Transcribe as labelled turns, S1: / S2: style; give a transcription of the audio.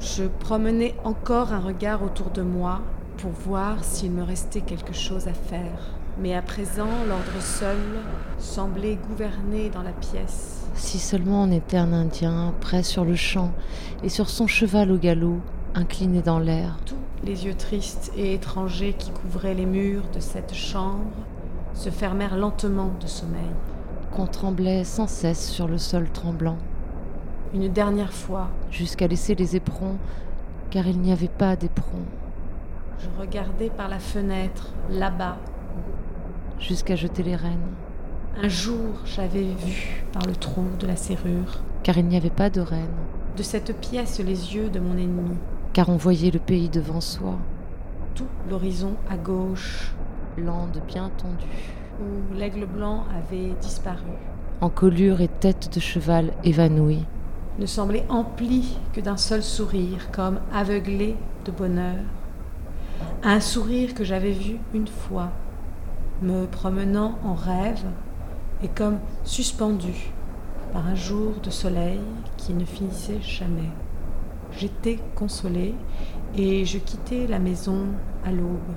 S1: Je promenais encore un regard autour de moi pour voir s'il me restait quelque chose à faire. Mais à présent, l'ordre seul semblait gouverner dans la pièce.
S2: Si seulement on était un Indien, prêt sur le champ, et sur son cheval au galop, incliné dans l'air.
S1: Tous les yeux tristes et étrangers qui couvraient les murs de cette chambre se fermèrent lentement de sommeil.
S2: Qu'on tremblait sans cesse sur le sol tremblant,
S1: Une dernière fois,
S2: jusqu'à laisser les éperons, car il n'y avait pas d'éperons,
S1: je regardais par la fenêtre, là-bas.
S2: jusqu'à jeter les rênes,
S1: Un jour, j'avais vu par le trou de la serrure
S2: car il n'y avait pas de rênes,
S1: de cette pièce les yeux de mon ennemi,
S2: car on voyait le pays devant soi,
S1: tout l'horizon à gauche,
S2: lande bien tendue,
S1: où l'aigle blanc avait disparu,
S2: en colure et tête de cheval évanouie.
S1: ne semblait empli que d'un seul sourire, comme aveuglé de bonheur. Un sourire que j'avais vu une fois, me promenant en rêve et comme suspendu par un jour de soleil qui ne finissait jamais. J'étais consolée et je quittai la maison à l'aube.